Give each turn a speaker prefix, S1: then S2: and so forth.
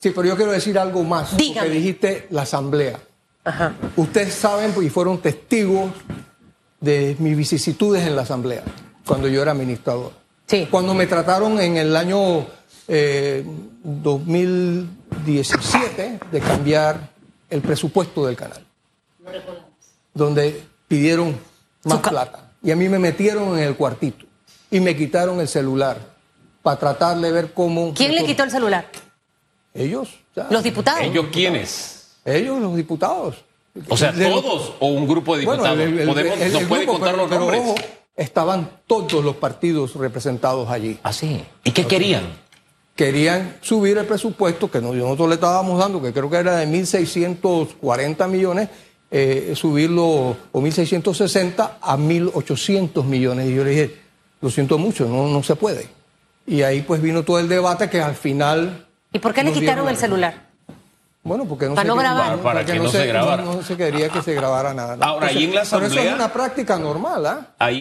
S1: Sí, pero yo quiero decir algo más.
S2: Dígame.
S1: Porque dijiste la asamblea.
S2: Ajá.
S1: Ustedes saben pues, y fueron testigos de mis vicisitudes en la asamblea cuando yo era administrador.
S2: Sí.
S1: Cuando me trataron en el año eh, 2017 de cambiar el presupuesto del canal. Donde pidieron más
S2: Su ca-
S1: plata. Y a mí me metieron en el cuartito y me quitaron el celular para tratar de ver cómo...
S2: ¿Quién le quitó el celular?
S1: Ellos. ya.
S2: ¿Los diputados?
S3: ¿Ellos ¿Eh? quiénes?
S1: Ellos, los diputados.
S3: O sea,
S1: De-
S3: todos o un grupo de diputados.
S1: el- el-
S3: Podemos-
S1: el-
S3: ¿Nos
S1: el
S3: puede
S1: grupo,
S3: contar
S1: pero-
S3: los
S1: pero
S3: nombres?
S1: ojo, estaban todos los partidos representados allí.
S3: Ah, sí. ¿Y qué querían?
S1: Querían subir el presupuesto que no- nosotros le estábamos dando, que creo que era de 1.640 millones, eh, subirlo o 1.660 a 1.800 millones. Y yo le dije, lo siento mucho, no, no se puede. Y ahí pues vino todo el debate que al final...
S2: ¿Y por qué le
S1: nos dieron
S2: quitaron
S1: la
S2: el celular?
S1: Bueno, porque no
S2: Para
S1: se
S2: no
S1: quería-
S2: grabar.
S3: Para- para que no se grabara.
S1: No, no se quería que se grabara nada.
S3: Ahora, ahí en la
S1: Pero eso
S3: asamblea-
S1: es una práctica normal, ¿ah?
S3: Ahí